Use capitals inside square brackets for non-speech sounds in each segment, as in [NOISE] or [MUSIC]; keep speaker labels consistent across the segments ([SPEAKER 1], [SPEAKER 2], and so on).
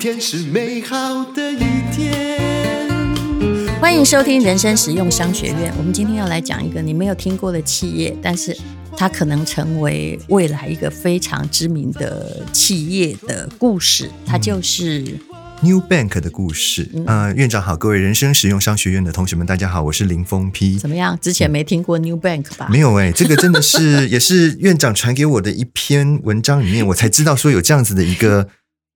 [SPEAKER 1] 天是美好的一天。
[SPEAKER 2] 欢迎收听人生实用商学院。我们今天要来讲一个你没有听过的企业，但是它可能成为未来一个非常知名的企业的故事。它就是、
[SPEAKER 1] New Bank 的故事，
[SPEAKER 2] 嗯
[SPEAKER 1] 呃，院长好，各位人生实用商学院的同学们，大家好，我是林峰 P
[SPEAKER 2] 怎。么样？之前没
[SPEAKER 1] 嗯
[SPEAKER 2] 听过 New Bank 吧？
[SPEAKER 1] 没有
[SPEAKER 2] [LAUGHS]
[SPEAKER 1] 哎、这个真的是也是院长传给我的一篇文章里面，我才知道说有这样子的一个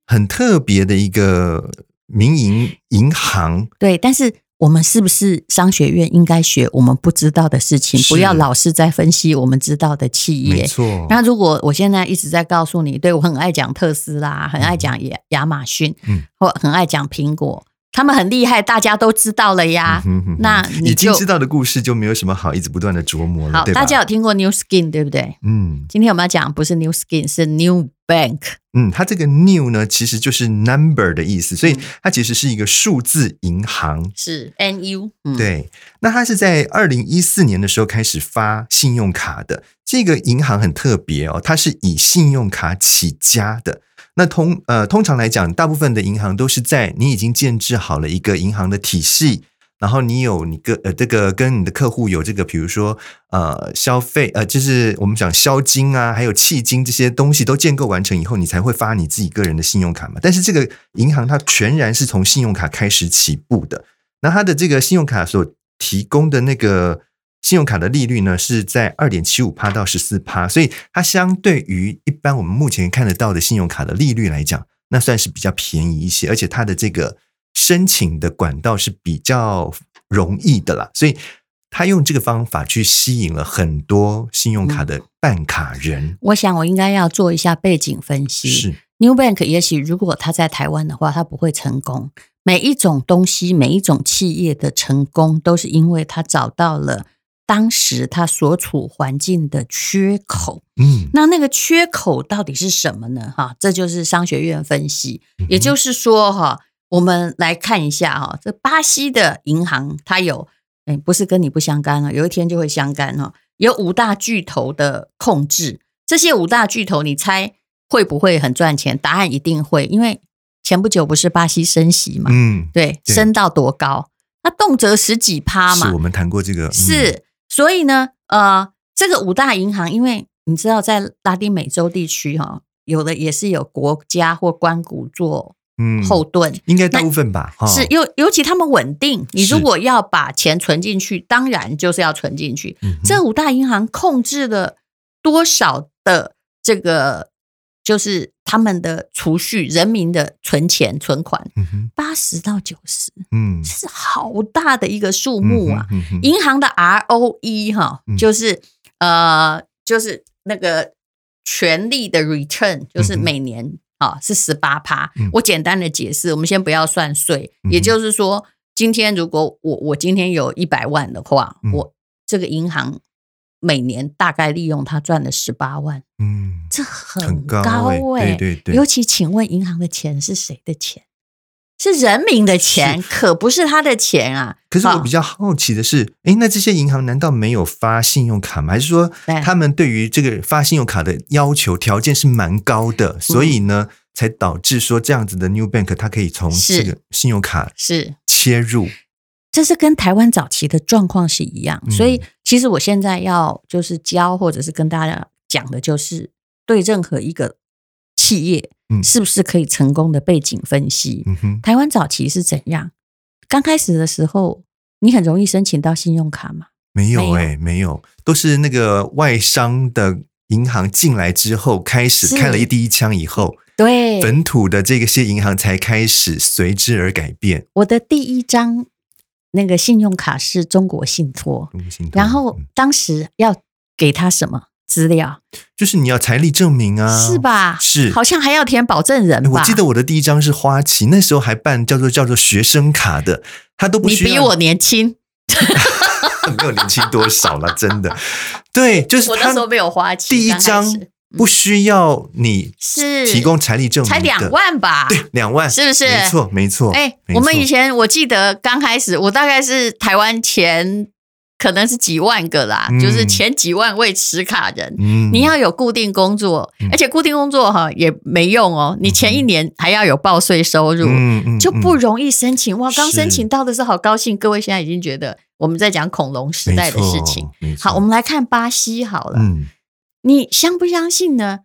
[SPEAKER 1] 很特别的一个民营银行，
[SPEAKER 2] 对，但是我们是不是商学院应该学我们不知道的事情？
[SPEAKER 1] 是
[SPEAKER 2] 不要老是在分析我们知道的企
[SPEAKER 1] 没
[SPEAKER 2] 业。
[SPEAKER 1] 错，
[SPEAKER 2] 那如果我现在一直在告诉你，对我很爱讲特斯拉，很爱讲亚亚马逊，
[SPEAKER 1] 嗯
[SPEAKER 2] 或很爱讲苹果，他们很厉害，大家都知道了呀。
[SPEAKER 1] 嗯哼哼哼
[SPEAKER 2] 啊那你
[SPEAKER 1] 已经
[SPEAKER 2] 就
[SPEAKER 1] 知道的故事就没有什么好一直不断的琢磨了，
[SPEAKER 2] 好，
[SPEAKER 1] 对吧？
[SPEAKER 2] 大家有听过 New Skin 对不对？
[SPEAKER 1] 嗯
[SPEAKER 2] 今天我们要讲不是 New Skin，是 New Bank。
[SPEAKER 1] 嗯，它这个 new 呢，其实就是 number 的意思，所以
[SPEAKER 2] 嗯
[SPEAKER 1] 它其实是一个数字银行。
[SPEAKER 2] 是 NU，嗯，，
[SPEAKER 1] 对，那它是在二零一四年的时候开始发信用卡的。这个银行很特别哦，它是以信用卡起家的。那通呃，通常来讲，大部分的银行都是在你已经建制好了一个银行的体系，然后你有你个呃这个跟你的客户有这个，比如说呃消费呃，就是我们讲销金啊，还有契金这些东西都建构完成以后，你才会发你自己个人的信用卡嘛。但是这个银行它全然是从信用卡开始起步的，那它的这个信用卡所提供的那个信用卡的利率呢，是在二点七五趴到十四趴，所以它相对于一般我们目前看得到的信用卡的利率来讲，那算是比较便宜一些，而且它的这个申请的管道是比较容易的啦，所以。他用这个方法去吸引了很多信用卡的办卡人，
[SPEAKER 2] 我想我应该要做一下背景分析。
[SPEAKER 1] 是
[SPEAKER 2] New Bank 也许如果它在台湾的话，它不会成功。每一种东西，每一种企业的成功，都是因为它找到了当时它所处环境的缺口。
[SPEAKER 1] 嗯，
[SPEAKER 2] 那那个缺口到底是什么呢？哈，这就是商学院分析。也
[SPEAKER 1] 嗯
[SPEAKER 2] 就是说，哈，我们来看一下哈，这巴西的银行它有，哎，不是跟你不相干了，有一天就会相干哈。有五大巨头的控制，这些五大巨头，你猜会不会很赚钱？答案一定会，因为前不久不是巴西升息嘛，
[SPEAKER 1] 嗯，
[SPEAKER 2] 对，
[SPEAKER 1] 对
[SPEAKER 2] 升到多高？那动辄十几趴嘛
[SPEAKER 1] 是我，们谈过这个，嗯
[SPEAKER 2] 是，所以呢，呃，这个五大银行，因为你知道，在拉丁美洲地区哈、有的也是有国家或关谷做
[SPEAKER 1] 嗯
[SPEAKER 2] 后盾，
[SPEAKER 1] 应该大部分吧，哈
[SPEAKER 2] 是尤尤其他们稳定。你如
[SPEAKER 1] 是
[SPEAKER 2] 果要把钱存进去，当然就是要存进去。
[SPEAKER 1] 嗯哼
[SPEAKER 2] 这五大银行控制了多少的这个，就是他们的储蓄、人民的存钱、存款，
[SPEAKER 1] 嗯哼
[SPEAKER 2] 八十到九十，
[SPEAKER 1] 嗯
[SPEAKER 2] 这是好大的一个数目啊！
[SPEAKER 1] 嗯哼，嗯哼
[SPEAKER 2] 银行的 ROE 哈
[SPEAKER 1] 嗯，
[SPEAKER 2] 就是呃，就是那个权利的 return，就是
[SPEAKER 1] 嗯哼
[SPEAKER 2] 每年啊是十八趴
[SPEAKER 1] 嗯。
[SPEAKER 2] 我简单的解释，我们先不要算税
[SPEAKER 1] 嗯，哼
[SPEAKER 2] 也就是说，今天如果我我今天有一百万的话
[SPEAKER 1] 嗯，
[SPEAKER 2] 我这个银行每年大概利用它赚了十八万，
[SPEAKER 1] 嗯，
[SPEAKER 2] 这很
[SPEAKER 1] 很高
[SPEAKER 2] 高
[SPEAKER 1] 欸
[SPEAKER 2] 哎。
[SPEAKER 1] 对对
[SPEAKER 2] 尤
[SPEAKER 1] 对，
[SPEAKER 2] 其，请问银行的钱是谁的钱？是人民的钱，可不是他的钱啊！
[SPEAKER 1] 可是我
[SPEAKER 2] 好
[SPEAKER 1] 比较好奇的是，诶，那这些银行难道没有发信用卡吗？还是说
[SPEAKER 2] 对
[SPEAKER 1] 他们对于这个发信用卡的要求条件是蛮高
[SPEAKER 2] 嗯
[SPEAKER 1] 的，所以呢，才导致说这样子的 New Bank 它可以从
[SPEAKER 2] 是
[SPEAKER 1] 这个信用卡
[SPEAKER 2] 是
[SPEAKER 1] 切入，
[SPEAKER 2] 这是跟台湾早期的状况是一样，
[SPEAKER 1] 嗯
[SPEAKER 2] 所以其实我现在要就是教或者是跟大家讲的，就是对任何一个企业
[SPEAKER 1] 嗯
[SPEAKER 2] 是不是可以成功的背景分析。
[SPEAKER 1] 嗯哼，
[SPEAKER 2] 台湾早期是怎样？刚开始的时候，你很容易申请到信用卡嘛？
[SPEAKER 1] 没有
[SPEAKER 2] 没有
[SPEAKER 1] 诶，没有，都是那个外商的。银行进来之后，开始
[SPEAKER 2] 是
[SPEAKER 1] 开了一第一枪以后，
[SPEAKER 2] 对
[SPEAKER 1] 本土的这个些银行才开始随之而改变。
[SPEAKER 2] 我的第一张那个信用卡是中国信托，
[SPEAKER 1] 中国信托
[SPEAKER 2] 然后
[SPEAKER 1] 嗯
[SPEAKER 2] 当时要给他什么资料？
[SPEAKER 1] 就是你要财力证明啊，
[SPEAKER 2] 是？吧？
[SPEAKER 1] 是
[SPEAKER 2] 好像还要填保证人
[SPEAKER 1] 哎
[SPEAKER 2] 吧？
[SPEAKER 1] 我记得我的第一张是花旗，那时候还办叫做叫做学生卡的，他都不
[SPEAKER 2] 你
[SPEAKER 1] 需要
[SPEAKER 2] 比
[SPEAKER 1] [LAUGHS]
[SPEAKER 2] 我年轻。
[SPEAKER 1] 没有年轻多少了，真的。对，
[SPEAKER 2] [LAUGHS]
[SPEAKER 1] 就是
[SPEAKER 2] 我那
[SPEAKER 1] 他
[SPEAKER 2] 时候没有花旗，
[SPEAKER 1] 第一张
[SPEAKER 2] 刚开始嗯
[SPEAKER 1] 不需要你
[SPEAKER 2] 是
[SPEAKER 1] 提供财力证明，
[SPEAKER 2] 才两，万吧？
[SPEAKER 1] 对，两万，
[SPEAKER 2] 是不是
[SPEAKER 1] 没错，没错。
[SPEAKER 2] 哎、
[SPEAKER 1] 没
[SPEAKER 2] 我们
[SPEAKER 1] 错
[SPEAKER 2] 以前我记得刚开始，我大概是台湾前可能是几万个啦，
[SPEAKER 1] 嗯
[SPEAKER 2] 就是前几万位持卡人。
[SPEAKER 1] 嗯
[SPEAKER 2] 你要有固定工作，而且固定工作哈也没用哦。你前一年还要有报税收入，
[SPEAKER 1] 嗯嗯
[SPEAKER 2] 就不
[SPEAKER 1] 嗯
[SPEAKER 2] 容易申请。哇，刚
[SPEAKER 1] 是
[SPEAKER 2] 申请到的时候好高兴，各位现在已经觉得我们在讲恐龙时代的事情。。
[SPEAKER 1] 没错没错
[SPEAKER 2] 好，我们来看巴西好了，
[SPEAKER 1] 嗯
[SPEAKER 2] 你相不相信呢？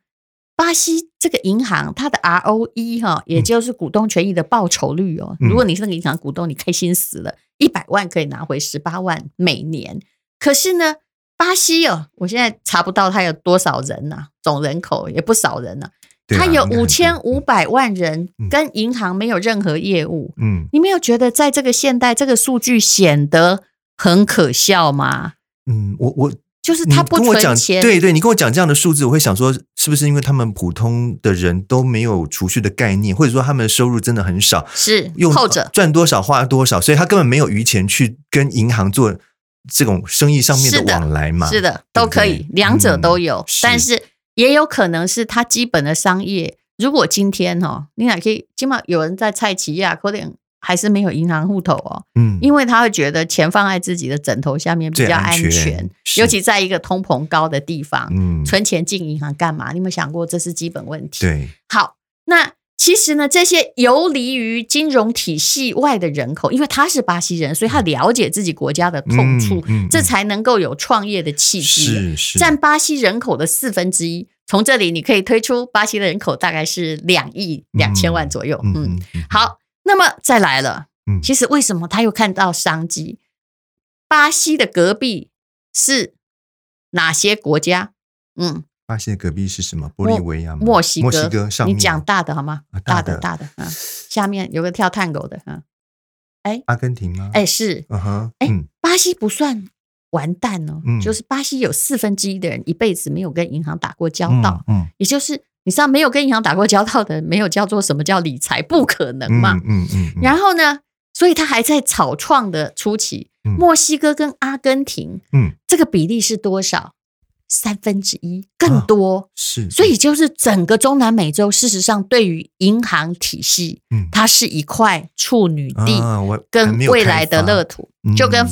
[SPEAKER 2] 巴西这个银行，它的 ROE 哈，也就是股东权益的报酬率哦。
[SPEAKER 1] 嗯
[SPEAKER 2] 如果你是那个银行股东，你开心死了，一百万可以拿回十八万每年。可是呢，巴西哦，我现在查不到它有多少人呐、总人口也不少人呐、
[SPEAKER 1] 对啊
[SPEAKER 2] 它有
[SPEAKER 1] 应该很
[SPEAKER 2] 五千五百万人
[SPEAKER 1] 嗯
[SPEAKER 2] 跟银行没有任何业务。
[SPEAKER 1] 嗯
[SPEAKER 2] 你没有觉得在这个现代，这个数据显得很可笑吗？
[SPEAKER 1] 嗯，我我
[SPEAKER 2] 就是
[SPEAKER 1] 你
[SPEAKER 2] 它不
[SPEAKER 1] 跟我
[SPEAKER 2] 存
[SPEAKER 1] 讲，
[SPEAKER 2] 钱，
[SPEAKER 1] 对对，你跟我讲这样的数字，我会想说，是不是因为他们普通的人都没有储蓄的概念，或者说他们的收入真的很少，
[SPEAKER 2] 是
[SPEAKER 1] 用
[SPEAKER 2] 后者。
[SPEAKER 1] 赚多少花多少，所以他根本没有余钱去跟银行做这种生意上面
[SPEAKER 2] 是
[SPEAKER 1] 的
[SPEAKER 2] 的
[SPEAKER 1] 往来嘛？
[SPEAKER 2] 是的，
[SPEAKER 1] 对
[SPEAKER 2] 都
[SPEAKER 1] 不
[SPEAKER 2] 可
[SPEAKER 1] 对
[SPEAKER 2] 以，两者都有，
[SPEAKER 1] 嗯是
[SPEAKER 2] 但是也有可能是他基本的商业。如果今天哦，你俩可以，起码有人在菜奇亚，可能还是没有银行户头哦，
[SPEAKER 1] 嗯，
[SPEAKER 2] 因为他会觉得钱放在自己的枕头下面比
[SPEAKER 1] 最
[SPEAKER 2] 较
[SPEAKER 1] 安
[SPEAKER 2] 安
[SPEAKER 1] 全
[SPEAKER 2] 全，
[SPEAKER 1] 是
[SPEAKER 2] 尤其在一个通膨高的地方，
[SPEAKER 1] 嗯，
[SPEAKER 2] 存钱进银行干嘛？你有没有想过这是基本问题？
[SPEAKER 1] 对，
[SPEAKER 2] 好，那其实呢，这些游离于金融体系外的人口，因为他是巴西人，所以他了解自己国家的痛处，
[SPEAKER 1] 嗯嗯嗯
[SPEAKER 2] 这才能够有创业的契机。
[SPEAKER 1] 是是
[SPEAKER 2] 占巴西人口的四分之一，从这里你可以推出巴西的人口大概是两亿两千万左右。嗯，
[SPEAKER 1] 嗯嗯
[SPEAKER 2] 好，那么再来了
[SPEAKER 1] 嗯，
[SPEAKER 2] 其实为什么他又看到商机？巴西的隔壁是哪些国家？嗯，
[SPEAKER 1] 巴西的隔壁是什么？玻利维亚吗？
[SPEAKER 2] 墨西哥，
[SPEAKER 1] 墨西哥上
[SPEAKER 2] 你
[SPEAKER 1] 面
[SPEAKER 2] 讲大的好吗
[SPEAKER 1] 啊？大
[SPEAKER 2] 大
[SPEAKER 1] 的
[SPEAKER 2] 的大的，嗯，下面有个跳探狗的，嗯，
[SPEAKER 1] 阿根廷吗？
[SPEAKER 2] 哎，是
[SPEAKER 1] 嗯哼，
[SPEAKER 2] 哎
[SPEAKER 1] 嗯
[SPEAKER 2] 巴西不算完蛋哦，
[SPEAKER 1] 嗯
[SPEAKER 2] 就是巴西有四分之一的人一辈子没有跟银行打过交
[SPEAKER 1] 嗯
[SPEAKER 2] 道，
[SPEAKER 1] 嗯
[SPEAKER 2] 也就是你知道没有跟银行打过交道的人，没有叫做什么叫理财，不可能嘛。
[SPEAKER 1] 嗯嗯嗯嗯，
[SPEAKER 2] 然后呢，所以他还在草创的初期，
[SPEAKER 1] 嗯
[SPEAKER 2] 墨西哥跟阿根廷，
[SPEAKER 1] 嗯，
[SPEAKER 2] 这个比例是多少？三分之一更
[SPEAKER 1] 啊
[SPEAKER 2] 多。
[SPEAKER 1] 是，
[SPEAKER 2] 所以就是整个中南美洲，事实上对于银行体系，
[SPEAKER 1] 嗯
[SPEAKER 2] 它是一块处女地，
[SPEAKER 1] 啊我还
[SPEAKER 2] 跟
[SPEAKER 1] 没有
[SPEAKER 2] 未来的
[SPEAKER 1] 开发
[SPEAKER 2] 乐土
[SPEAKER 1] 嗯，
[SPEAKER 2] 就跟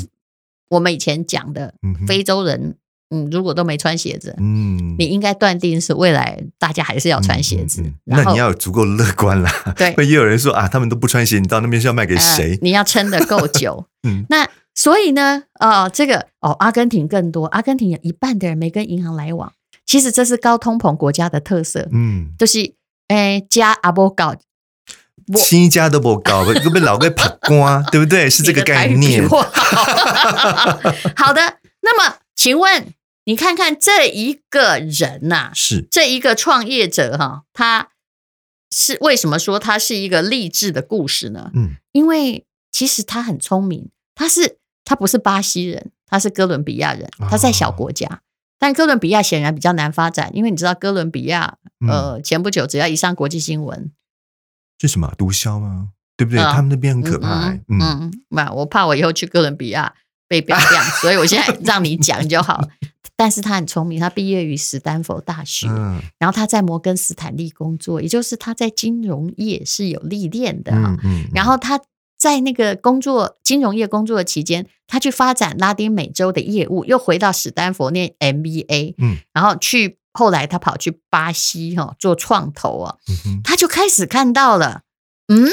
[SPEAKER 2] 我们以前讲的
[SPEAKER 1] 嗯哼
[SPEAKER 2] 非洲人，嗯，如果都没穿鞋子，
[SPEAKER 1] 嗯
[SPEAKER 2] 你应该断定是未来大家还是要穿鞋
[SPEAKER 1] 嗯嗯
[SPEAKER 2] 子
[SPEAKER 1] 嗯。
[SPEAKER 2] 然
[SPEAKER 1] 那
[SPEAKER 2] 后
[SPEAKER 1] 你要有足够乐观啦。
[SPEAKER 2] [LAUGHS] 对
[SPEAKER 1] 会也有人说啊，他们都不穿鞋，你到那边是要卖给
[SPEAKER 2] 呃
[SPEAKER 1] 谁？。
[SPEAKER 2] 你要撑得够久
[SPEAKER 1] [LAUGHS] 嗯
[SPEAKER 2] 那所以呢，呃，这个哦，阿根廷更多，阿根廷有一半的人没跟银行来往，其实这是高通膨国家的特色。
[SPEAKER 1] 嗯，
[SPEAKER 2] 就是诶加阿波搞，我
[SPEAKER 1] 新一家都不高，被被老被扒光，啊对不对？是这个概
[SPEAKER 2] 你的台语
[SPEAKER 1] 念
[SPEAKER 2] 比。我好 [LAUGHS] 好的，那么请问你看看这一个人呐、
[SPEAKER 1] 是，
[SPEAKER 2] 这一个创业者哈、他是为什么说他是一个励志的故事呢？
[SPEAKER 1] 嗯
[SPEAKER 2] 因为其实他很聪明，他是他不是巴西人，他是哥伦比亚人
[SPEAKER 1] 哦，
[SPEAKER 2] 他在小国家。但哥伦比亚显然比较难发展，因为你知道哥伦比亚，
[SPEAKER 1] 嗯
[SPEAKER 2] 呃，前不久只要一上国际新闻，
[SPEAKER 1] 是什么毒枭吗？对不对？
[SPEAKER 2] 嗯
[SPEAKER 1] 他们那边很可怕欸。
[SPEAKER 2] 嗯
[SPEAKER 1] 嗯，
[SPEAKER 2] 嗯，那、我怕我以后去哥伦比亚被表扬，所以我现在让你讲就好
[SPEAKER 1] [LAUGHS]
[SPEAKER 2] 了。但是他很聪明，他毕业于史丹佛大学，
[SPEAKER 1] 嗯
[SPEAKER 2] 然后他在摩根斯坦利工作，也就是他在金融业是有历练的啊。
[SPEAKER 1] 嗯嗯，
[SPEAKER 2] 然后他在那个工作金融业工作的期间，他去发展拉丁美洲的业务，又回到史丹佛念 MBA，
[SPEAKER 1] 嗯
[SPEAKER 2] 然后去后来他跑去巴西哈、哦、做创投啊、哦，
[SPEAKER 1] 嗯哼
[SPEAKER 2] 他就开始看到了，嗯。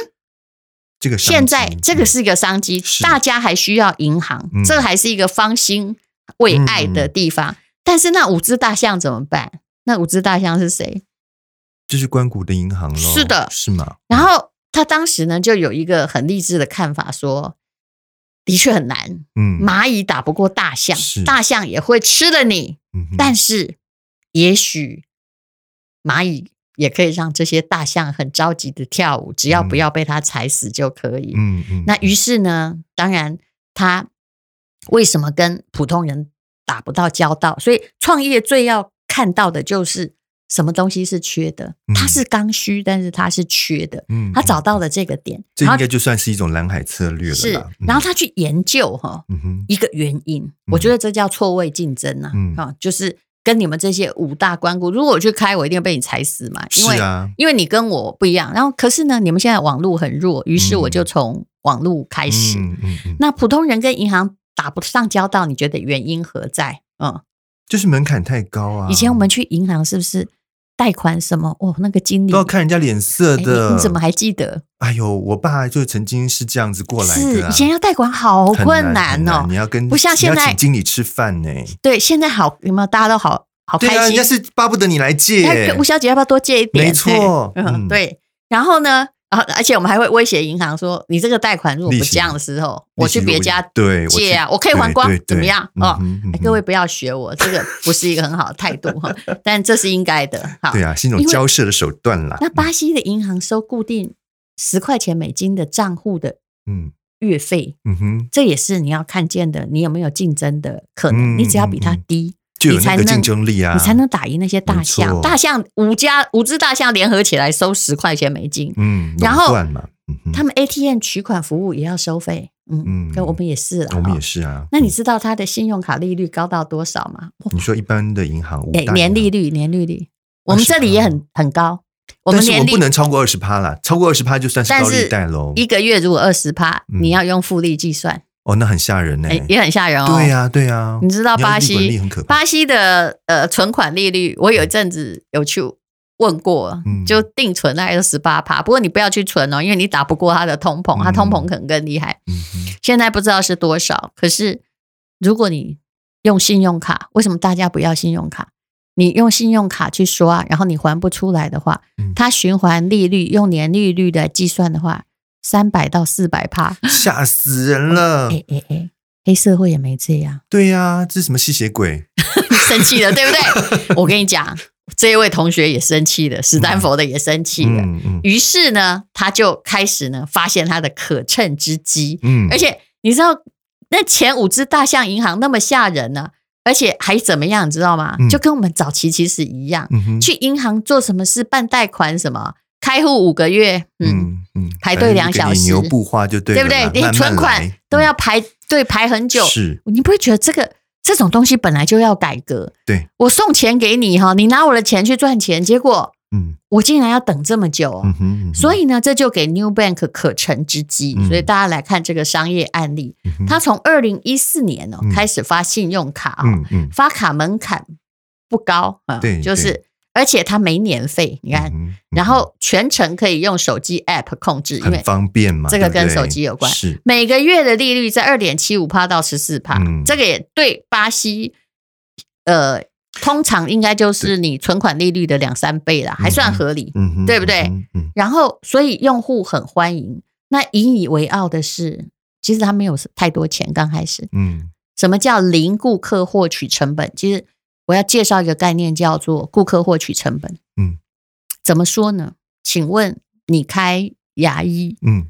[SPEAKER 1] 这个商
[SPEAKER 2] 现在
[SPEAKER 1] 机嗯
[SPEAKER 2] 这个是一个商机
[SPEAKER 1] 是，
[SPEAKER 2] 大家还需要银行
[SPEAKER 1] 嗯，
[SPEAKER 2] 这还是一个芳心为爱的地方。但是那五只大象怎么办？那五只大象是谁？
[SPEAKER 1] 这是关谷的银行咯，
[SPEAKER 2] 是的
[SPEAKER 1] 是吗？
[SPEAKER 2] 然后他当时呢就有一个很励志的看法说的确很难，
[SPEAKER 1] 嗯，
[SPEAKER 2] 蚂蚁打不过大象
[SPEAKER 1] 是，
[SPEAKER 2] 大象也会吃了你。
[SPEAKER 1] 嗯哼
[SPEAKER 2] 但是也许蚂蚁也可以让这些大象很着急的跳舞，只要
[SPEAKER 1] 嗯
[SPEAKER 2] 不要被它踩死就可以。
[SPEAKER 1] 嗯嗯，
[SPEAKER 2] 那于是呢，当然他为什么跟普通人打不到交道？所以创业最要看到的就是什么东西是缺的
[SPEAKER 1] 嗯，
[SPEAKER 2] 它是刚需，但是它是缺的。
[SPEAKER 1] 嗯
[SPEAKER 2] 他找到
[SPEAKER 1] 了，
[SPEAKER 2] 了这个点，
[SPEAKER 1] 这
[SPEAKER 2] 然
[SPEAKER 1] 应
[SPEAKER 2] 后
[SPEAKER 1] 该就算是一种蓝海策略了
[SPEAKER 2] 是
[SPEAKER 1] 啦，
[SPEAKER 2] 然后他去研究哈
[SPEAKER 1] 嗯哼，
[SPEAKER 2] 一个原因，我觉得这叫错位竞争呐
[SPEAKER 1] 嗯，
[SPEAKER 2] 啊，就是跟你们这些五大关顾，如果我去开，我一定被你踩死嘛，因为
[SPEAKER 1] 是啊，
[SPEAKER 2] 因为你跟我不一样。然后可是呢，你们现在网络很弱，于是我就
[SPEAKER 1] 嗯
[SPEAKER 2] 从网络开始，
[SPEAKER 1] 嗯嗯嗯，
[SPEAKER 2] 那普通人跟银行打不上交道，你觉得原因何在？嗯，
[SPEAKER 1] 就是门槛太高啊。
[SPEAKER 2] 以前我们去银行是不是贷款什么？哦，那个经理
[SPEAKER 1] 都要看人家脸色
[SPEAKER 2] 哎你
[SPEAKER 1] 的。
[SPEAKER 2] 你怎么还记得？
[SPEAKER 1] 哎呦，我爸就曾经是这样子过来
[SPEAKER 2] 是
[SPEAKER 1] 的、啊。
[SPEAKER 2] 以前要贷款好
[SPEAKER 1] 很
[SPEAKER 2] 困
[SPEAKER 1] 难很
[SPEAKER 2] 哦
[SPEAKER 1] 你。要跟
[SPEAKER 2] 不像现
[SPEAKER 1] 你要
[SPEAKER 2] 在哦
[SPEAKER 1] 请经理吃饭呢、
[SPEAKER 2] 对，现在好有没有？大家都好好
[SPEAKER 1] 对
[SPEAKER 2] 开
[SPEAKER 1] 啊，人
[SPEAKER 2] 心
[SPEAKER 1] 家。是巴不得你来借
[SPEAKER 2] 哎，吴，小姐要不要多借一点？
[SPEAKER 1] 没错，
[SPEAKER 2] 对，嗯，，对。然后呢？啊，而且我们还会威胁银行说，你这个贷款如果
[SPEAKER 1] 利
[SPEAKER 2] 不
[SPEAKER 1] 息
[SPEAKER 2] 降的时候，我去别家
[SPEAKER 1] 对
[SPEAKER 2] 借啊，我可
[SPEAKER 1] 可
[SPEAKER 2] 以还光，怎么样？
[SPEAKER 1] 对
[SPEAKER 2] 哦，哎各。
[SPEAKER 1] 对对嗯哼嗯
[SPEAKER 2] 位
[SPEAKER 1] 哼
[SPEAKER 2] 不要学我，这个不是一个很好的态度
[SPEAKER 1] [LAUGHS]
[SPEAKER 2] 哈，但这是应该的。好，
[SPEAKER 1] 对啊，是一种
[SPEAKER 2] 因为
[SPEAKER 1] 交涉的手段啦。
[SPEAKER 2] 那巴西的银行收固定十块钱美金的账户的
[SPEAKER 1] 嗯
[SPEAKER 2] 月费，
[SPEAKER 1] 嗯哼，
[SPEAKER 2] 这也是你要看见的，你有没有竞争的可
[SPEAKER 1] 嗯
[SPEAKER 2] 能？你只要比它
[SPEAKER 1] 嗯嗯
[SPEAKER 2] 低，
[SPEAKER 1] 就有
[SPEAKER 2] 你
[SPEAKER 1] 那
[SPEAKER 2] 才
[SPEAKER 1] 个
[SPEAKER 2] 能
[SPEAKER 1] 竞争力啊，
[SPEAKER 2] 你才能打赢那些大
[SPEAKER 1] 没错
[SPEAKER 2] 象。大象五家五只大象联合起来收十块钱美金，
[SPEAKER 1] 嗯，
[SPEAKER 2] 然后
[SPEAKER 1] 垄断嘛，嗯哼
[SPEAKER 2] 他们 ATM 取款服务也要收费。嗯
[SPEAKER 1] 嗯，
[SPEAKER 2] 跟我们也是啦。
[SPEAKER 1] 我们
[SPEAKER 2] 哦
[SPEAKER 1] 也是啊。
[SPEAKER 2] 那你知道它的信用卡利率高到多少吗？哇
[SPEAKER 1] 你说一般的银行五大
[SPEAKER 2] 年
[SPEAKER 1] 银行
[SPEAKER 2] 哎年利，率，年利率，我们这里也很很高。我
[SPEAKER 1] 但
[SPEAKER 2] 们
[SPEAKER 1] 是我
[SPEAKER 2] 年
[SPEAKER 1] 们
[SPEAKER 2] 利
[SPEAKER 1] 不能超过二十趴啦，超过二十趴就算是
[SPEAKER 2] 但
[SPEAKER 1] 高利
[SPEAKER 2] 是
[SPEAKER 1] 贷喽。
[SPEAKER 2] 一个月如果二十趴，
[SPEAKER 1] 嗯
[SPEAKER 2] 你要用复利计算，
[SPEAKER 1] 哦，那很吓人呢。
[SPEAKER 2] 哎、也很吓人哦。
[SPEAKER 1] 对呀，对呀，
[SPEAKER 2] 你知道巴
[SPEAKER 1] 你要利滚利
[SPEAKER 2] 西
[SPEAKER 1] 很可怕
[SPEAKER 2] 巴西的呃存款利率，我有一阵子有去问过，
[SPEAKER 1] 嗯
[SPEAKER 2] 就定存大概十八趴，不过你不要去存哦，因为你打不过它的通膨，它通膨可能更厉害。
[SPEAKER 1] 嗯哼
[SPEAKER 2] 现在不知道是多少，可是如果你用信用卡，为什么大家不要信用卡？你用信用卡去刷，然后你还不出来的话
[SPEAKER 1] 嗯，
[SPEAKER 2] 它循环利率用年利率来计算的话，三百到四
[SPEAKER 1] [LAUGHS]
[SPEAKER 2] 百趴。
[SPEAKER 1] 嗯吓死人了。
[SPEAKER 2] 哎哎哎，黑社会也没这样，
[SPEAKER 1] 对呀，这是什么吸血鬼？
[SPEAKER 2] 你生气了对
[SPEAKER 1] [LAUGHS]
[SPEAKER 2] 不对？我跟你讲，这一位同学也生气了，史丹佛的也生气了。
[SPEAKER 1] 嗯嗯
[SPEAKER 2] 于是呢，他就开始呢发现他的可乘之机，
[SPEAKER 1] 嗯，
[SPEAKER 2] 而且你知道那前五只大象银行那么吓人呢、而且还怎么样，你知道吗
[SPEAKER 1] 嗯？
[SPEAKER 2] 就跟我们早期其实一样，
[SPEAKER 1] 嗯哼
[SPEAKER 2] 去银行做什么事，办贷款什么，开户五个月，嗯，
[SPEAKER 1] 嗯，
[SPEAKER 2] 排队两小
[SPEAKER 1] 反
[SPEAKER 2] 时
[SPEAKER 1] 正就给你牛步化就对
[SPEAKER 2] 对
[SPEAKER 1] 了
[SPEAKER 2] 不
[SPEAKER 1] 啦，
[SPEAKER 2] 对？连
[SPEAKER 1] 慢慢
[SPEAKER 2] 存款
[SPEAKER 1] 来
[SPEAKER 2] 都要排队排很久，
[SPEAKER 1] 是，
[SPEAKER 2] 你不会觉得这个这种东西本来就要改革？
[SPEAKER 1] 对，
[SPEAKER 2] 我送钱给你哈，你拿我的钱去赚钱，结果
[SPEAKER 1] 嗯
[SPEAKER 2] 我竟然要等这么久哦、
[SPEAKER 1] 嗯哼，嗯哼
[SPEAKER 2] 所以呢，这就给 New Bank 可乘之机。
[SPEAKER 1] 嗯
[SPEAKER 2] 所以大家来看这个商业案例，
[SPEAKER 1] 嗯哼
[SPEAKER 2] 它从二零一四年哦、
[SPEAKER 1] 嗯
[SPEAKER 2] 开始发信用卡、哦，
[SPEAKER 1] 嗯嗯，
[SPEAKER 2] 发卡门槛不高啊，
[SPEAKER 1] 对
[SPEAKER 2] 就是而且它没年费，你看，
[SPEAKER 1] 嗯哼
[SPEAKER 2] 然后全程可以用手机 App 控制，因
[SPEAKER 1] 很
[SPEAKER 2] 为
[SPEAKER 1] 方便嘛，
[SPEAKER 2] 这个
[SPEAKER 1] 对不对
[SPEAKER 2] 跟手机有关
[SPEAKER 1] 是，
[SPEAKER 2] 每个月的利率在二点七五帕到十四帕
[SPEAKER 1] 嗯，
[SPEAKER 2] 这个也对巴西，呃，通常应该就是你存款利率的两三倍啦，还算合理。
[SPEAKER 1] 嗯哼，
[SPEAKER 2] 对不对
[SPEAKER 1] 嗯哼？嗯
[SPEAKER 2] 然后，所以用户很欢迎。那引以为傲的是，其实他没有太多钱，刚开始。
[SPEAKER 1] 嗯
[SPEAKER 2] 什么叫零顾客获取成本？其实我要介绍一个概念，叫做顾客获取成本。
[SPEAKER 1] 嗯，
[SPEAKER 2] 怎么说呢？请问你开牙医
[SPEAKER 1] 嗯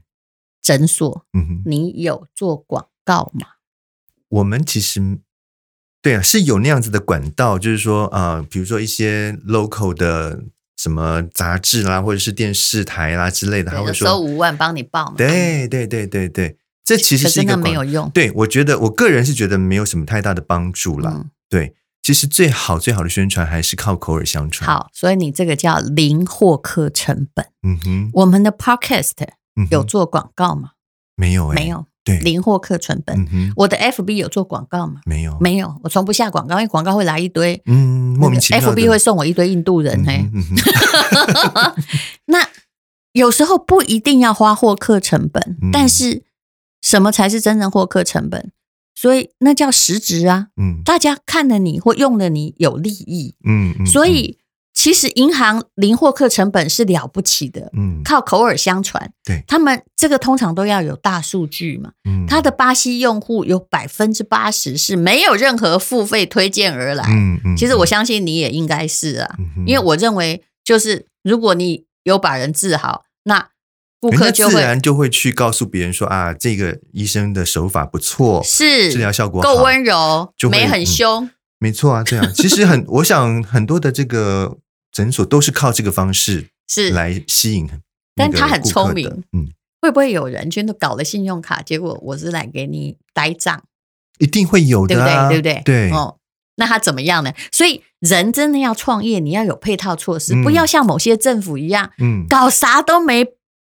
[SPEAKER 2] 诊所，
[SPEAKER 1] 嗯哼，
[SPEAKER 2] 你有做广告吗？
[SPEAKER 1] 我们其实对啊，是有那样子的管道，就是说啊、呃比如说一些 local 的什么杂志啦，或者是电视台啦之类的，他
[SPEAKER 2] 对，
[SPEAKER 1] 会
[SPEAKER 2] 就收
[SPEAKER 1] 说，
[SPEAKER 2] 五万帮你报嘛。，嗯
[SPEAKER 1] 对对对对对，这其实
[SPEAKER 2] 可
[SPEAKER 1] 是
[SPEAKER 2] 是
[SPEAKER 1] 一个
[SPEAKER 2] 那没
[SPEAKER 1] 广
[SPEAKER 2] 有用。
[SPEAKER 1] 对，我觉得我个人是觉得没有什么太大的帮助啦。
[SPEAKER 2] 嗯，
[SPEAKER 1] 对，其实最好最好的宣传还是靠口耳相传。，
[SPEAKER 2] 好，所以你这个叫零获客成本。
[SPEAKER 1] 嗯哼，
[SPEAKER 2] 我们的 Podcast
[SPEAKER 1] 嗯哼
[SPEAKER 2] 有做广告吗？
[SPEAKER 1] 没有、欸？
[SPEAKER 2] 没，有，
[SPEAKER 1] 对，
[SPEAKER 2] 零获客成本。
[SPEAKER 1] 嗯哼，
[SPEAKER 2] 我的 FB 有做广告吗？
[SPEAKER 1] 没有，，
[SPEAKER 2] 没有，我从不下广告，因为广告会来一堆，
[SPEAKER 1] 嗯，莫名其妙的。
[SPEAKER 2] FB 会欸送我一堆印度人
[SPEAKER 1] 嗯
[SPEAKER 2] 嘿
[SPEAKER 1] 哼。嗯哼
[SPEAKER 2] 那有时候不一定要花获客成本，
[SPEAKER 1] 嗯
[SPEAKER 2] 但是什么才是真正获客成本？所以那叫实质啊，
[SPEAKER 1] 嗯
[SPEAKER 2] 大家看了你或用了你有利益，
[SPEAKER 1] 嗯嗯，
[SPEAKER 2] 所以其实银行零获客成本是了不起的，
[SPEAKER 1] 嗯，
[SPEAKER 2] 靠口耳相传。
[SPEAKER 1] 对
[SPEAKER 2] 他们这个通常都要有大数据嘛。
[SPEAKER 1] 嗯
[SPEAKER 2] 他的巴西用户有百分之八十是没有任何付费推荐而来。
[SPEAKER 1] 嗯嗯，
[SPEAKER 2] 其实我相信你也应该是啊，
[SPEAKER 1] 嗯哼，
[SPEAKER 2] 因为我认为就是如果你有把人治好，那顾
[SPEAKER 1] 人家
[SPEAKER 2] 客就
[SPEAKER 1] 自
[SPEAKER 2] 会
[SPEAKER 1] 然就会去告诉别人说啊，这个医生的手法不错，
[SPEAKER 2] 是
[SPEAKER 1] 治疗效果
[SPEAKER 2] 够
[SPEAKER 1] 好
[SPEAKER 2] 温柔
[SPEAKER 1] 就，会嗯
[SPEAKER 2] 没很凶，
[SPEAKER 1] 没错啊，这样其实很， [LAUGHS] 我想很多的这个诊所都是靠这个方式
[SPEAKER 2] 是
[SPEAKER 1] 来吸引那
[SPEAKER 2] 但
[SPEAKER 1] 个顾客的，
[SPEAKER 2] 他很聪明
[SPEAKER 1] 嗯，
[SPEAKER 2] 会不会有人全都搞了信用卡，结果我是来给你呆账，
[SPEAKER 1] 一定会有
[SPEAKER 2] 对不
[SPEAKER 1] 的
[SPEAKER 2] 对？
[SPEAKER 1] 啊，
[SPEAKER 2] 对不对？
[SPEAKER 1] 对，
[SPEAKER 2] 哦。那他怎么样呢？所以人真的要创业，你要有配套措施，
[SPEAKER 1] 嗯
[SPEAKER 2] 不要像某些政府一样
[SPEAKER 1] 嗯，
[SPEAKER 2] 搞啥都没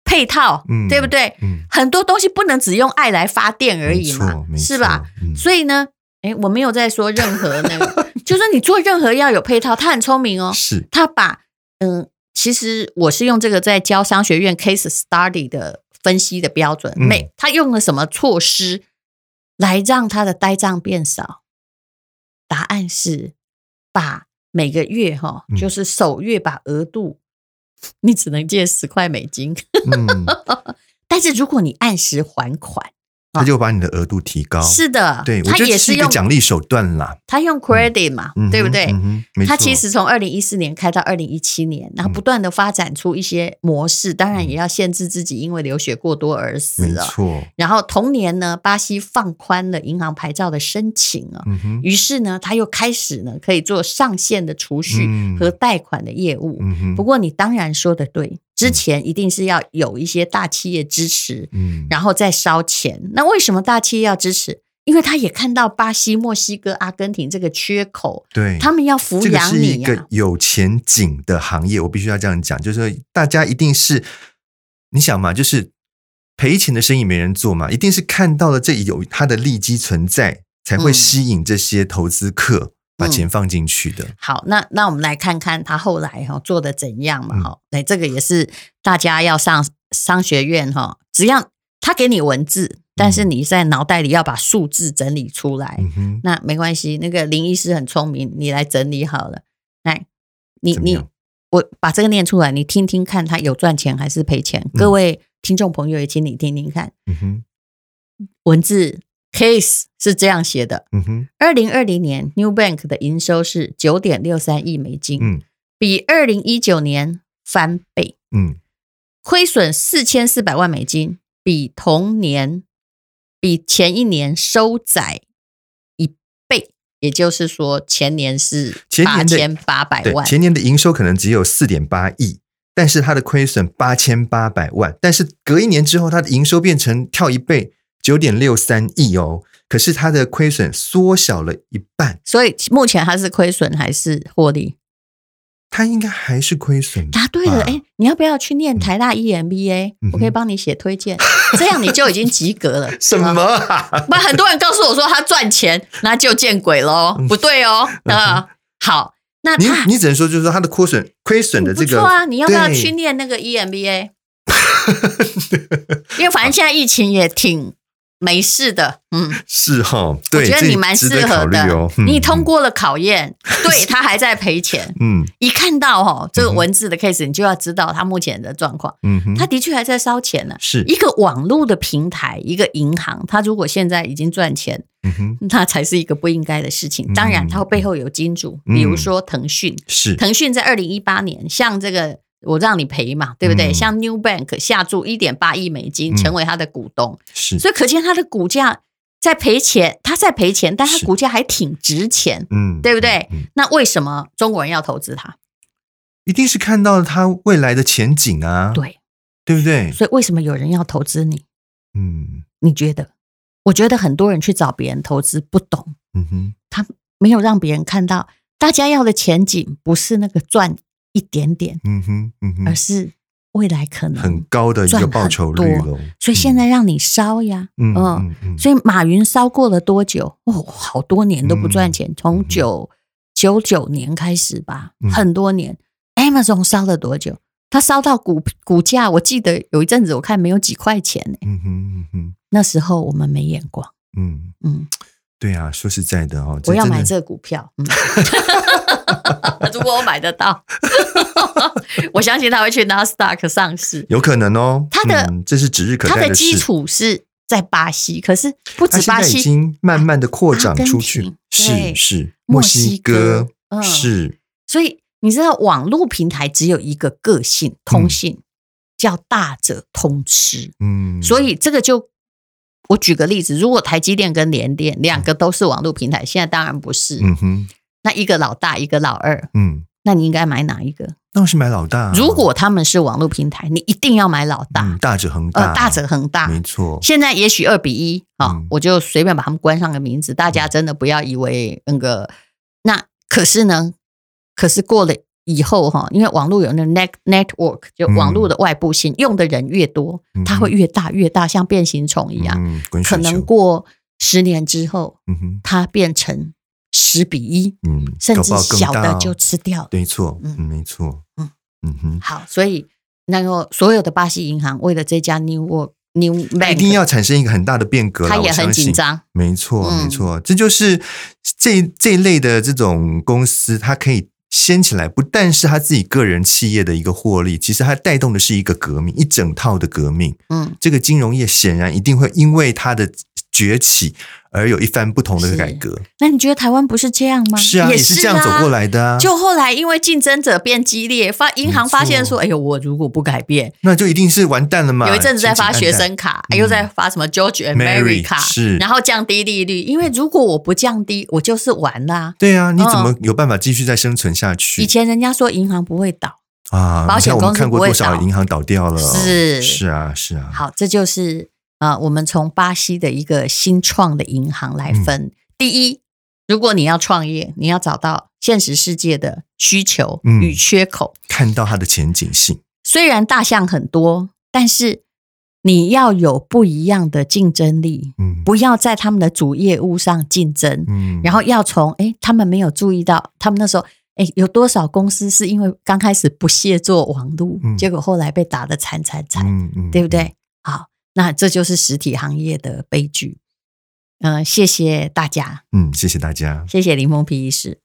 [SPEAKER 2] 配套，
[SPEAKER 1] 嗯
[SPEAKER 2] 对不对？
[SPEAKER 1] 嗯，
[SPEAKER 2] 很多东西不能只用爱来发电而已
[SPEAKER 1] 没
[SPEAKER 2] 嘛
[SPEAKER 1] 错，没
[SPEAKER 2] 是吧？
[SPEAKER 1] 错？嗯
[SPEAKER 2] 所以呢，哎，我没有在说任何那
[SPEAKER 1] [LAUGHS]
[SPEAKER 2] 个，就是你做任何要有配套。他很聪明哦， [LAUGHS]
[SPEAKER 1] 是
[SPEAKER 2] 他把嗯，其实我是用这个在教商学院 case study 的分析的标准，
[SPEAKER 1] 嗯
[SPEAKER 2] 每、他用了什么措施来让他的呆账变少？答案是把每个月哈、
[SPEAKER 1] 嗯
[SPEAKER 2] 就是首月把额度，你只能借十块美金， [LAUGHS]
[SPEAKER 1] 嗯，
[SPEAKER 2] 但是如果你按时还款，
[SPEAKER 1] 他就把你的额度提高。
[SPEAKER 2] 是的，
[SPEAKER 1] 哦对，我
[SPEAKER 2] 他
[SPEAKER 1] 觉得
[SPEAKER 2] 也
[SPEAKER 1] 这
[SPEAKER 2] 是
[SPEAKER 1] 一个
[SPEAKER 2] 用
[SPEAKER 1] 奖励手段啦，
[SPEAKER 2] 他用 credit 嘛，
[SPEAKER 1] 嗯哼
[SPEAKER 2] 对不对？
[SPEAKER 1] 嗯哼没
[SPEAKER 2] 它
[SPEAKER 1] 错嗯
[SPEAKER 2] 其实从二零一四年开到二零一七年，然后不断的发展出一些模式，当然也要限制自己因为流血过多而
[SPEAKER 1] 没
[SPEAKER 2] 死啊、
[SPEAKER 1] 错，
[SPEAKER 2] 然后同年呢，巴西放宽了银行牌照的申请啊、
[SPEAKER 1] 嗯哼，
[SPEAKER 2] 于是呢，他又开始呢可以做上限的储蓄
[SPEAKER 1] 嗯
[SPEAKER 2] 和贷款的业务。
[SPEAKER 1] 嗯哼，
[SPEAKER 2] 不过你当然说的对，之前一定是要有一些大企业支持，
[SPEAKER 1] 嗯，
[SPEAKER 2] 然后再烧钱。那为什么大企业要支持？因为他也看到巴西、墨西哥、阿根廷这个缺口，
[SPEAKER 1] 对，
[SPEAKER 2] 他们要抚
[SPEAKER 1] 这个
[SPEAKER 2] 养
[SPEAKER 1] 是
[SPEAKER 2] 你啊
[SPEAKER 1] 一
[SPEAKER 2] 呀、
[SPEAKER 1] 个有前景的行业，我必须要这样讲，就是说大家一定是，你想嘛，就是赔钱的生意没人做嘛，一定是看到了这有它的利基存在，才会
[SPEAKER 2] 嗯
[SPEAKER 1] 吸引这些投资客把钱放进去的。
[SPEAKER 2] 好，那那我们来看看他后来哈、做的怎样嘛
[SPEAKER 1] 嗯
[SPEAKER 2] 哈、哎，这个也是大家要上商学院哈、只要他给你文字，但是你在脑袋里要把数字整理出来。
[SPEAKER 1] 嗯哼，
[SPEAKER 2] 那没关系，那个林医师很聪明，你来整理好了。来，你
[SPEAKER 1] 怎么
[SPEAKER 2] 你
[SPEAKER 1] 样
[SPEAKER 2] 我把这个念出来，你听听看，他有赚钱还是赔钱？各位听众朋友也请你听听看，
[SPEAKER 1] 嗯哼，
[SPEAKER 2] 文字 case 是这样写的：
[SPEAKER 1] 嗯哼，
[SPEAKER 2] 二零二零年 New Bank 的营收是九点六三亿美金，
[SPEAKER 1] 嗯
[SPEAKER 2] 比二零一九年翻倍，
[SPEAKER 1] 嗯
[SPEAKER 2] 亏损四千四百万美金，比同年比前一年收窄一倍，也就是说前年是
[SPEAKER 1] 前
[SPEAKER 2] 八
[SPEAKER 1] 年的
[SPEAKER 2] 千八百
[SPEAKER 1] 对，
[SPEAKER 2] 万，
[SPEAKER 1] 前年的营收可能只有四点八亿。但是它的亏损八千八百万，但是隔一年之后，它的营收变成跳一倍，九点六三亿哦。可是它的亏损缩小了一半，
[SPEAKER 2] 所以目前它是亏损还是获利？
[SPEAKER 1] 他应该还是亏损吧。
[SPEAKER 2] 答对了，哎，你要不要去念
[SPEAKER 1] 啊嗯
[SPEAKER 2] 台大 E EMBA？、
[SPEAKER 1] 嗯哼
[SPEAKER 2] 我可以帮你写推荐，这样你就已经及格了。
[SPEAKER 1] [LAUGHS] 什么、啊？
[SPEAKER 2] 不然很多人告诉我说他赚钱，那就见鬼喽，不对哦。啊、好，那
[SPEAKER 1] 嗯你
[SPEAKER 2] 他
[SPEAKER 1] 你只能说，就是说他的亏损亏损的这
[SPEAKER 2] 不
[SPEAKER 1] 个，
[SPEAKER 2] 错啊，你要不要
[SPEAKER 1] 对
[SPEAKER 2] 去？念那个 E EMBA？因为反正现在疫情也挺没事的，嗯，
[SPEAKER 1] 是哈，
[SPEAKER 2] 我
[SPEAKER 1] 对，
[SPEAKER 2] 觉得
[SPEAKER 1] 这
[SPEAKER 2] 你蛮
[SPEAKER 1] 值
[SPEAKER 2] 适
[SPEAKER 1] 得
[SPEAKER 2] 合
[SPEAKER 1] 考虑
[SPEAKER 2] 的。
[SPEAKER 1] 哦。
[SPEAKER 2] 你
[SPEAKER 1] 嗯
[SPEAKER 2] 通，过了
[SPEAKER 1] [LAUGHS]
[SPEAKER 2] 考验，对他还在赔钱。
[SPEAKER 1] 嗯
[SPEAKER 2] 一看到哦这个
[SPEAKER 1] 嗯哼
[SPEAKER 2] 文字的 case，你就要知道他目前的状况，
[SPEAKER 1] 嗯哼，
[SPEAKER 2] 他的确还在烧钱呢、
[SPEAKER 1] 是，
[SPEAKER 2] 一个网络的平台，一个银行，它如果现在已经赚钱，
[SPEAKER 1] 嗯哼，
[SPEAKER 2] 那才是一个不应该的事情。
[SPEAKER 1] 嗯
[SPEAKER 2] 当然，它背后有金主，
[SPEAKER 1] 嗯
[SPEAKER 2] 比如说腾讯。
[SPEAKER 1] 是，
[SPEAKER 2] 腾讯在二零一八年，像这个我让你赔嘛，对不对？
[SPEAKER 1] 嗯
[SPEAKER 2] 像 New Bank 下注一点八亿美金，
[SPEAKER 1] 嗯
[SPEAKER 2] 成为它的股东，
[SPEAKER 1] 是，
[SPEAKER 2] 所以可见它的股价在赔钱，它在赔钱，但它股价还挺值钱。
[SPEAKER 1] 嗯，
[SPEAKER 2] 对不对
[SPEAKER 1] 嗯？嗯
[SPEAKER 2] 那为什么中国人要投资它？
[SPEAKER 1] 一定是看到了他未来的前景啊，
[SPEAKER 2] 对，
[SPEAKER 1] 对不对？
[SPEAKER 2] 所以为什么有人要投资你？
[SPEAKER 1] 嗯
[SPEAKER 2] 你觉得？我觉得很多人去找别人投资，不懂
[SPEAKER 1] 嗯哼，
[SPEAKER 2] 没有让别人看到，大家要的前景不是那个赚一点点，
[SPEAKER 1] 嗯哼，嗯
[SPEAKER 2] 而
[SPEAKER 1] 哼，
[SPEAKER 2] 是未来可
[SPEAKER 1] 很
[SPEAKER 2] 能。
[SPEAKER 1] 高的一
[SPEAKER 2] 赚
[SPEAKER 1] 个
[SPEAKER 2] 很
[SPEAKER 1] 报酬率
[SPEAKER 2] 多
[SPEAKER 1] 喽。
[SPEAKER 2] 所以现
[SPEAKER 1] 嗯，
[SPEAKER 2] 在让你烧呀，
[SPEAKER 1] 嗯
[SPEAKER 2] 嗯
[SPEAKER 1] 嗯嗯，
[SPEAKER 2] 所以马云烧过了多久？哦，好多年都不赚钱，
[SPEAKER 1] 嗯
[SPEAKER 2] 从
[SPEAKER 1] 哼
[SPEAKER 2] 九九九年开始吧，
[SPEAKER 1] 嗯
[SPEAKER 2] 很多年。Amazon 烧了多久？它烧到股股价，我记得有一阵子我看没有几块钱、欸、
[SPEAKER 1] 嗯哼嗯哼
[SPEAKER 2] 那时候我们没眼光，
[SPEAKER 1] 嗯，
[SPEAKER 2] 嗯，
[SPEAKER 1] 对啊，说实在的哦，
[SPEAKER 2] 我要
[SPEAKER 1] 真的
[SPEAKER 2] 买这个股票，
[SPEAKER 1] [LAUGHS]
[SPEAKER 2] 嗯， [LAUGHS] 如果我买得到， [LAUGHS] 我相信它会去 Nasdaq 上市。
[SPEAKER 1] 有可能哦，
[SPEAKER 2] 它的
[SPEAKER 1] 嗯这是指日可
[SPEAKER 2] 它
[SPEAKER 1] 待
[SPEAKER 2] 的
[SPEAKER 1] 事
[SPEAKER 2] 基础是在巴西，可是不
[SPEAKER 1] 它
[SPEAKER 2] 止
[SPEAKER 1] 现
[SPEAKER 2] 巴
[SPEAKER 1] 在已
[SPEAKER 2] 西，
[SPEAKER 1] 经慢慢的扩展出去，
[SPEAKER 2] 阿根廷对
[SPEAKER 1] 是是，墨
[SPEAKER 2] 墨西
[SPEAKER 1] 西
[SPEAKER 2] 哥
[SPEAKER 1] 哥、
[SPEAKER 2] 嗯
[SPEAKER 1] 是，
[SPEAKER 2] 所以你知道网络平台只有一个个性通信，叫大者通吃。
[SPEAKER 1] 嗯，
[SPEAKER 2] 所以这个就我举个例子，如果台积电跟联电两个都是网络平台，现在当然不是，
[SPEAKER 1] 嗯哼，
[SPEAKER 2] 那一个老大，一个老二，
[SPEAKER 1] 嗯，
[SPEAKER 2] 那你应该买哪一个？
[SPEAKER 1] 那我是买老大啊，
[SPEAKER 2] 如果他们是网络平台，你一定要买老大，
[SPEAKER 1] 嗯大者恒大，哦
[SPEAKER 2] 呃，大者恒大，
[SPEAKER 1] 没错，
[SPEAKER 2] 现在也许二比一啊、
[SPEAKER 1] 嗯
[SPEAKER 2] 我就随便把他们关上个名字，大家真的不要以为那个那可是呢，可是过了以后哈，因为网络有那个 net network，就网络的外部性，用的人越多
[SPEAKER 1] 嗯，
[SPEAKER 2] 它会越大越大，像变形虫一样。
[SPEAKER 1] 嗯，滚雪
[SPEAKER 2] 可能
[SPEAKER 1] 球，
[SPEAKER 2] 过十年之后，
[SPEAKER 1] 嗯哼，
[SPEAKER 2] 它变成十比一，
[SPEAKER 1] 嗯，
[SPEAKER 2] 甚
[SPEAKER 1] 搞
[SPEAKER 2] 至
[SPEAKER 1] 不好更
[SPEAKER 2] 小的
[SPEAKER 1] 大哦
[SPEAKER 2] 就吃掉了。
[SPEAKER 1] 对错，
[SPEAKER 2] 嗯
[SPEAKER 1] 嗯，没错，
[SPEAKER 2] 嗯
[SPEAKER 1] 嗯嗯哼，
[SPEAKER 2] 好，所以那个所有的巴西银行为了这家 New Work New
[SPEAKER 1] 它
[SPEAKER 2] Bank，
[SPEAKER 1] 一定要产生一个很大的变革啦，
[SPEAKER 2] 他也
[SPEAKER 1] 我相
[SPEAKER 2] 很
[SPEAKER 1] 信
[SPEAKER 2] 紧张。
[SPEAKER 1] 没错，
[SPEAKER 2] 嗯
[SPEAKER 1] 没错，这就是这这一类的这种公司，它可以掀起来，不但是它自己个人企业的一个获利，其实它带动的是一个革命，一整套的革命。
[SPEAKER 2] 嗯，
[SPEAKER 1] 这个金融业显然一定会因为它的崛起而有一番不同的改革。
[SPEAKER 2] 那你觉得台湾不是这样吗？
[SPEAKER 1] 是啊，也
[SPEAKER 2] 也
[SPEAKER 1] 是这样走过。来的啊。
[SPEAKER 2] 就后来因为竞争者变激烈，发银行发现说：“哎呦，我如果不改变，
[SPEAKER 1] 那就一定是完蛋了嘛。
[SPEAKER 2] 有一阵子在发
[SPEAKER 1] 情
[SPEAKER 2] 学
[SPEAKER 1] 景暗淡
[SPEAKER 2] 生卡，
[SPEAKER 1] 嗯
[SPEAKER 2] 又在发什么 George and Mary
[SPEAKER 1] Mary，
[SPEAKER 2] 卡，
[SPEAKER 1] 是
[SPEAKER 2] 然后降低利率，因为如果我不降低，我就是完啦、
[SPEAKER 1] 对啊，你怎么有办法继续再生存下去？
[SPEAKER 2] 嗯以前人家说银行不会倒，
[SPEAKER 1] 啊，
[SPEAKER 2] 保险
[SPEAKER 1] 你看我
[SPEAKER 2] 公
[SPEAKER 1] 们
[SPEAKER 2] 司
[SPEAKER 1] 看过
[SPEAKER 2] 不会
[SPEAKER 1] 多少
[SPEAKER 2] 倒
[SPEAKER 1] 银行倒掉了？
[SPEAKER 2] 是
[SPEAKER 1] 是啊，是啊。
[SPEAKER 2] 好，这就是呃，我们从巴西的一个新创的银行来分。
[SPEAKER 1] 嗯
[SPEAKER 2] 第一，如果你要创业，你要找到现实世界的需求
[SPEAKER 1] 嗯
[SPEAKER 2] 与缺口。
[SPEAKER 1] 看到它的前景性，
[SPEAKER 2] 虽然大象很多，但是你要有不一样的竞争力，
[SPEAKER 1] 嗯，
[SPEAKER 2] 不要在他们的主业务上竞争，
[SPEAKER 1] 嗯，
[SPEAKER 2] 然后要从诶，他们没有注意到，他们那时候。诶，有多少公司是因为刚开始不屑做网路，
[SPEAKER 1] 嗯
[SPEAKER 2] 结果后来被打得惨惨惨？
[SPEAKER 1] 嗯嗯，
[SPEAKER 2] 对不对？好，那这就是实体行业的悲剧。嗯、谢谢大家，
[SPEAKER 1] 嗯？嗯，谢谢大家。
[SPEAKER 2] 谢谢林峰皮医师。